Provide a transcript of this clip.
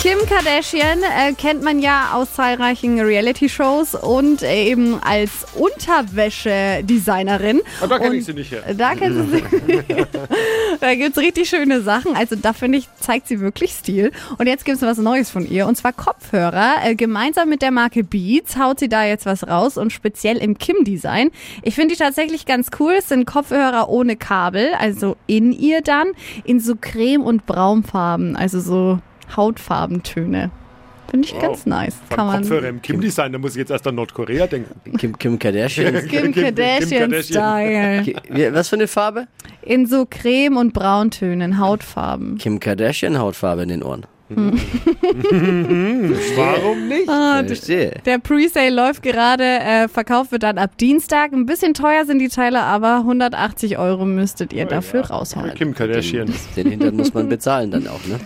Kim Kardashian äh, kennt man ja aus zahlreichen Reality-Shows und äh, eben als Unterwäschedesignerin. Aber Ah, da kenn ich Und sie nicht her. Da kennst du sie. da gibt es richtig schöne Sachen. Also da finde ich, zeigt sie wirklich Stil. Und jetzt gibt es was Neues von ihr. Und zwar Kopfhörer. Äh, gemeinsam mit der Marke Beats haut sie da jetzt was raus und speziell im Kim-Design. Ich finde die tatsächlich ganz cool. Es sind Kopfhörer ohne Kabel, also in ihr dann, in so Creme- und Braunfarben, also so Hautfarbentöne. Finde ich ganz nice. Kann man Kopfhörer im Kim-Design, da muss ich jetzt erst an Nordkorea denken. Kim, Kim Kardashian. Kim Kim- Kim Kardashian. Kardashian-Style. Ki- wie- Was für eine Farbe? In so Creme- und Brauntönen, Hautfarben. Kim Kardashian Hautfarbe in den Ohren. Hm. Warum nicht? Ah, d- Verstehe. der Presale läuft gerade, äh, verkauft wird dann ab Dienstag. Ein bisschen teuer sind die Teile, aber 180 Euro müsstet ihr dafür raushauen. Kim Kardashian. Den, den Hintern muss man bezahlen dann auch, ne?